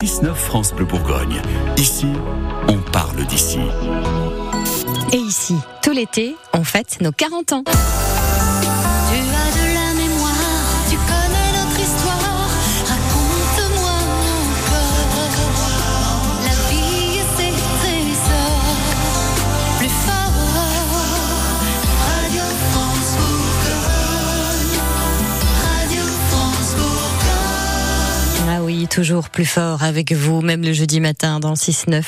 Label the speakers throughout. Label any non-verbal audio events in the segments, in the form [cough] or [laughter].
Speaker 1: 19 France Bleu Bourgogne. Ici, on parle d'ici.
Speaker 2: Et ici, tout l'été, on fête nos 40 ans.
Speaker 3: Tu as de la mémoire, tu connais notre histoire. Raconte-moi encore. La vie et ses trésors. Plus fort. Radio France Bourgogne. Radio France Bourgogne.
Speaker 2: Ah oui, toujours plus fort avec vous, même le jeudi matin dans le 6-9,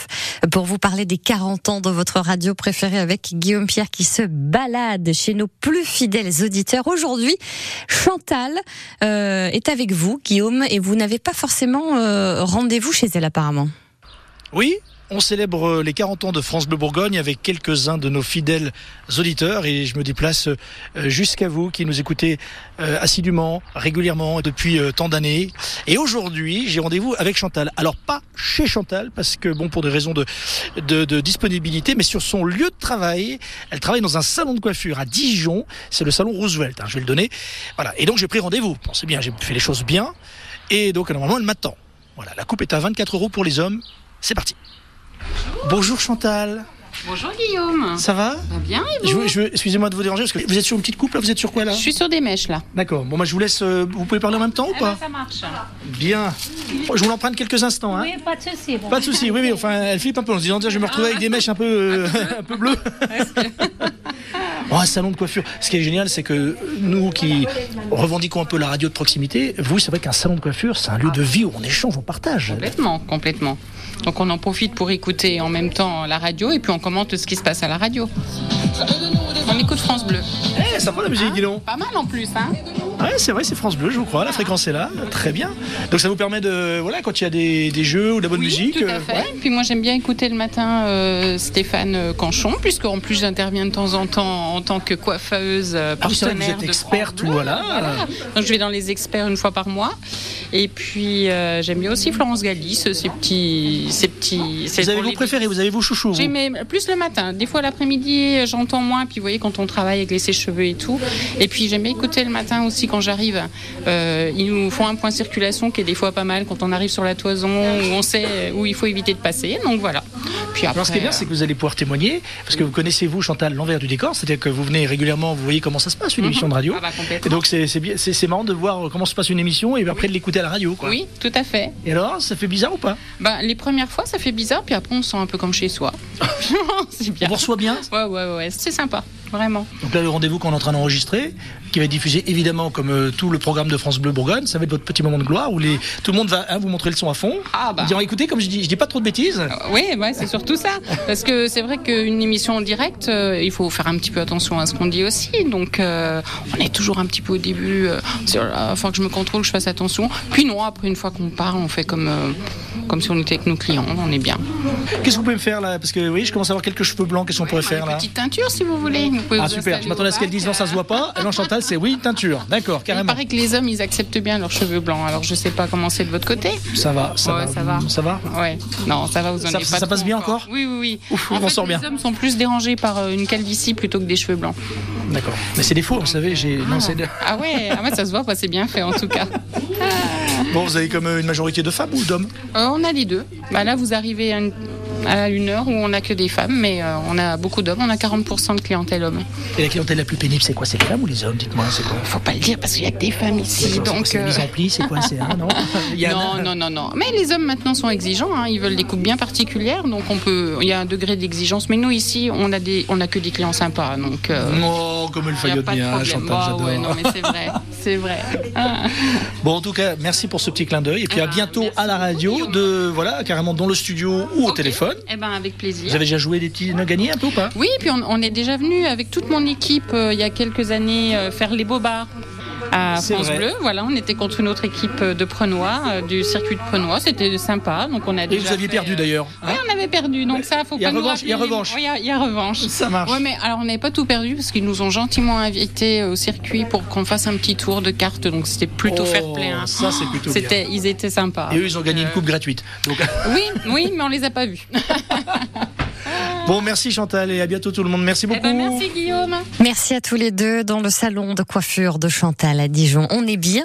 Speaker 2: pour vous parler des 40 ans de votre radio préférée avec Guillaume Pierre qui se balade chez nos plus fidèles auditeurs. Aujourd'hui, Chantal euh, est avec vous, Guillaume, et vous n'avez pas forcément euh, rendez-vous chez elle apparemment.
Speaker 4: Oui, on célèbre euh, les 40 ans de France Bleu Bourgogne avec quelques-uns de nos fidèles auditeurs et je me déplace euh, jusqu'à vous qui nous écoutez euh, assidûment, régulièrement depuis euh, tant d'années. Et aujourd'hui, j'ai rendez-vous avec Chantal. Alors pas chez Chantal parce que bon pour des raisons de, de, de disponibilité, mais sur son lieu de travail. Elle travaille dans un salon de coiffure à Dijon. C'est le salon Roosevelt. hein, je vais le donner. Voilà. Et donc j'ai pris rendez-vous. Pensez bien, j'ai fait les choses bien. Et donc normalement elle m'attend. Voilà. La coupe est à 24 euros pour les hommes. C'est parti. Bonjour Chantal,
Speaker 5: Bonjour Guillaume.
Speaker 4: ça va
Speaker 5: Ça va bien et
Speaker 4: Je
Speaker 5: vous
Speaker 4: veux- je veux- Excusez-moi de vous déranger parce que vous êtes sur une petite coupe là, vous êtes sur quoi là
Speaker 5: Je suis sur des mèches là.
Speaker 4: D'accord, bon moi je vous laisse, euh, vous pouvez parler en même temps ou pas
Speaker 5: ça marche.
Speaker 4: Bien, je vous l'emprunte quelques instants. Hein.
Speaker 5: Oui, pas de souci. Bon.
Speaker 4: Pas de souci, oui, oui, enfin elle flippe un peu en se disant tiens je vais me retrouver avec des mèches un peu, euh,
Speaker 5: Ah,
Speaker 4: [laughs] un peu bleues. Oh, un salon de coiffure. Ce qui est génial, c'est que nous qui revendiquons un peu la radio de proximité, vous, c'est vrai qu'un salon de coiffure, c'est un lieu de vie où on échange, on partage.
Speaker 5: Complètement, complètement. Donc on en profite pour écouter en même temps la radio et puis on commente ce qui se passe à la radio. On écoute France Bleu.
Speaker 4: Eh, ça va la musique, dis donc.
Speaker 5: Pas mal en plus, hein
Speaker 4: Ouais, c'est vrai, c'est France Bleu, je vous crois. La fréquence est là, très bien. Donc ça vous permet de, voilà, quand il y a des, des jeux ou de la bonne
Speaker 5: Oui,
Speaker 4: musique.
Speaker 5: tout
Speaker 4: euh,
Speaker 5: à fait.
Speaker 4: ouais.
Speaker 5: Puis moi j'aime bien écouter le matin euh, Stéphane euh, Canchon, puisque en plus j'interviens de temps en temps en tant que coiffeuse euh,
Speaker 4: Ah oui, c'est vrai que vous
Speaker 5: partenaire
Speaker 4: êtes
Speaker 5: de France
Speaker 4: experte,
Speaker 5: Bleu.
Speaker 4: voilà.
Speaker 5: Donc je vais dans les experts une fois par mois. Et puis euh, j'aime bien aussi Florence Galis, ces petits, ces petits. ces-
Speaker 4: Vous avez
Speaker 5: pour
Speaker 4: vos
Speaker 5: les-
Speaker 4: préférés, vous avez vos chouchous. vous.
Speaker 5: J'aimais plus le matin. Des fois l'après-midi, euh, j'entends moins. Puis vous voyez, quand on travaille avec les sèche-cheveux et tout. Et puis j'aime bien écouter le matin aussi quand j'arrive. Euh, ils nous font un point de circulation qui est des fois pas mal quand on arrive sur la toison où on sait où il faut éviter de passer. Donc voilà. Puis après.
Speaker 4: Alors, ce qui est bien, c'est que vous allez pouvoir témoigner, parce que vous connaissez, vous, Chantal, l'envers du décor, c'est-à-dire que vous venez régulièrement, vous voyez comment ça se passe, une émission de radio.
Speaker 5: Ah bah, complètement.
Speaker 4: Et donc, c'est c'est bien- c'est- c'est marrant de voir comment se passe une émission et après de l'écouter à la radio. Quoi.
Speaker 5: euh, Oui, tout à fait.
Speaker 4: Et alors, ça fait bizarre ou pas
Speaker 5: Ben, les premières fois, ça fait bizarre, puis après, on se sent un peu comme chez soi. [laughs] c'est
Speaker 4: On
Speaker 5: bien.
Speaker 4: vous reçoit bien
Speaker 5: Ouais, ouais, ouais, c'est sympa, vraiment.
Speaker 4: Donc là, le rendez-vous qu'on est en train d'enregistrer, qui va être diffusé évidemment comme euh, tout le programme de France Bleu Bourgogne, ça va être votre petit moment de gloire où les, tout le monde va hein, vous montrer le son à fond.
Speaker 5: Ah bah. Ah,
Speaker 4: Dire, écoutez, comme je dis, je dis pas trop de bêtises.
Speaker 5: Oui, ouais, c'est surtout ça. Parce que c'est vrai qu'une émission en direct, euh, il faut faire un petit peu attention à ce qu'on dit aussi. Donc, euh, on est toujours un petit peu au début. Euh, sur, euh, faut que je me contrôle, que je fasse attention. Puis non, après, une fois qu'on parle, on fait comme, euh, comme si on était avec nos clients. On est bien.
Speaker 4: Qu'est-ce que vous pouvez me faire là Parce que vous voyez, je commence à avoir quelques cheveux blancs. Qu'est-ce qu'on pourrait faire
Speaker 5: Une
Speaker 4: là
Speaker 5: petite teinture, si vous voulez. Vous pouvez
Speaker 4: Ah
Speaker 5: vous
Speaker 4: super, je
Speaker 5: installer
Speaker 4: m'attendais à
Speaker 5: au
Speaker 4: ce qu'elle
Speaker 5: bac.
Speaker 4: dise non, ça se voit
Speaker 5: [laughs]
Speaker 4: pas. Ah Non, Chantal, c'est oui, teinture. D'accord,
Speaker 5: Il
Speaker 4: carrément.
Speaker 5: paraît que les hommes, ils acceptent bien leurs cheveux blancs. Alors, je sais pas comment c'est de votre côté.
Speaker 4: Ça va, ça
Speaker 5: Ouais,
Speaker 4: va.
Speaker 5: ça va.
Speaker 4: Ça va
Speaker 5: Ouais, non, ça va, vous en
Speaker 4: Ça-
Speaker 5: avez
Speaker 4: ça
Speaker 5: pas
Speaker 4: passe
Speaker 5: trop
Speaker 4: bien encore
Speaker 5: Oui, oui, oui.
Speaker 4: Ouf,
Speaker 5: en
Speaker 4: on
Speaker 5: fait,
Speaker 4: sort bien.
Speaker 5: Les hommes sont plus dérangés par euh, une calvitie plutôt que des cheveux blancs.
Speaker 4: D'accord. Mais c'est des faux, vous savez, j'ai. non, c'est-
Speaker 5: Ah ouais, ah ouais, ça se voit, bah, c'est bien fait en tout cas. Ah.
Speaker 4: Bon, vous avez comme euh, une majorité de femmes ou d'hommes
Speaker 5: Euh, on a les deux. Bah, là, vous arrivez à une, à une heure où on n'a que des femmes, mais euh, on a beaucoup d'hommes. On a 40% de clientèle homme.
Speaker 4: Et la clientèle la plus pénible, c'est quoi C'est les femmes ou les hommes Dites-moi, c'est quoi
Speaker 5: Faut pas le dire parce qu'il y a que des femmes ici. Donc,
Speaker 4: C'est une
Speaker 5: euh,
Speaker 4: mise en pli, c'est quoi C'est un,
Speaker 5: [laughs]
Speaker 4: non Il y en a-
Speaker 5: Non, non, non, non. Mais les hommes maintenant sont exigeants. hein. Ils veulent des coupes bien particulières, donc on peut. Il y a un degré d'exigence. Mais nous ici, on a des, on a que des clients sympas, donc. euh,
Speaker 4: Oh, comme elle
Speaker 5: Il n'y a
Speaker 4: faillote
Speaker 5: pas de
Speaker 4: bien,
Speaker 5: problème.
Speaker 4: Chantal,
Speaker 5: Ah
Speaker 4: j'adore.
Speaker 5: ouais, non, mais c'est vrai, c'est vrai. Ah.
Speaker 4: Bon, en tout cas, merci pour ce petit clin d'œil. Et puis à
Speaker 5: Ah,
Speaker 4: bientôt
Speaker 5: merci
Speaker 4: à la radio,
Speaker 5: beaucoup,
Speaker 4: de voilà, carrément dans le studio ou au
Speaker 5: Ok.
Speaker 4: téléphone.
Speaker 5: Eh ben, avec plaisir.
Speaker 4: Vous avez déjà joué des petits gagnés un peu ou pas
Speaker 5: Oui, puis on, on est déjà venu avec toute mon équipe euh, il y a quelques années euh, faire les bobards à
Speaker 4: C'est
Speaker 5: France
Speaker 4: vrai.
Speaker 5: Bleu. Voilà, on était contre une autre équipe euh, de Prenois, euh, du circuit de Prenois. C'était sympa, donc on a
Speaker 4: Et
Speaker 5: déjà.
Speaker 4: vous aviez
Speaker 5: fait,
Speaker 4: perdu
Speaker 5: euh,
Speaker 4: d'ailleurs.
Speaker 5: Oui,
Speaker 4: hein
Speaker 5: on avait perdu, donc ça, faut
Speaker 4: Il y a
Speaker 5: pas nous
Speaker 4: revanche, il y a
Speaker 5: rappeler.
Speaker 4: revanche.
Speaker 5: Oui, il y a- il y a revanche.
Speaker 4: Ça marche.
Speaker 5: Ouais, mais alors on n'avait pas tout perdu parce qu'ils nous ont gentiment invités au circuit pour qu'on fasse un petit tour de cartes, donc c'était plutôt
Speaker 4: Oh,
Speaker 5: fair play. hein.
Speaker 4: Ça, c'est plutôt bien.
Speaker 5: C'était, Euh, ils étaient sympas.
Speaker 4: Et eux, ils ont gagné une coupe gratuite. Donc, [laughs]
Speaker 5: Oui, oui, mais on les a pas vus.
Speaker 4: bon, merci Chantal et à bientôt tout le monde. Merci beaucoup.
Speaker 5: Eh ben, merci Guillaume.
Speaker 2: Merci à tous les deux dans le salon de coiffure de Chantal à Dijon. On est bien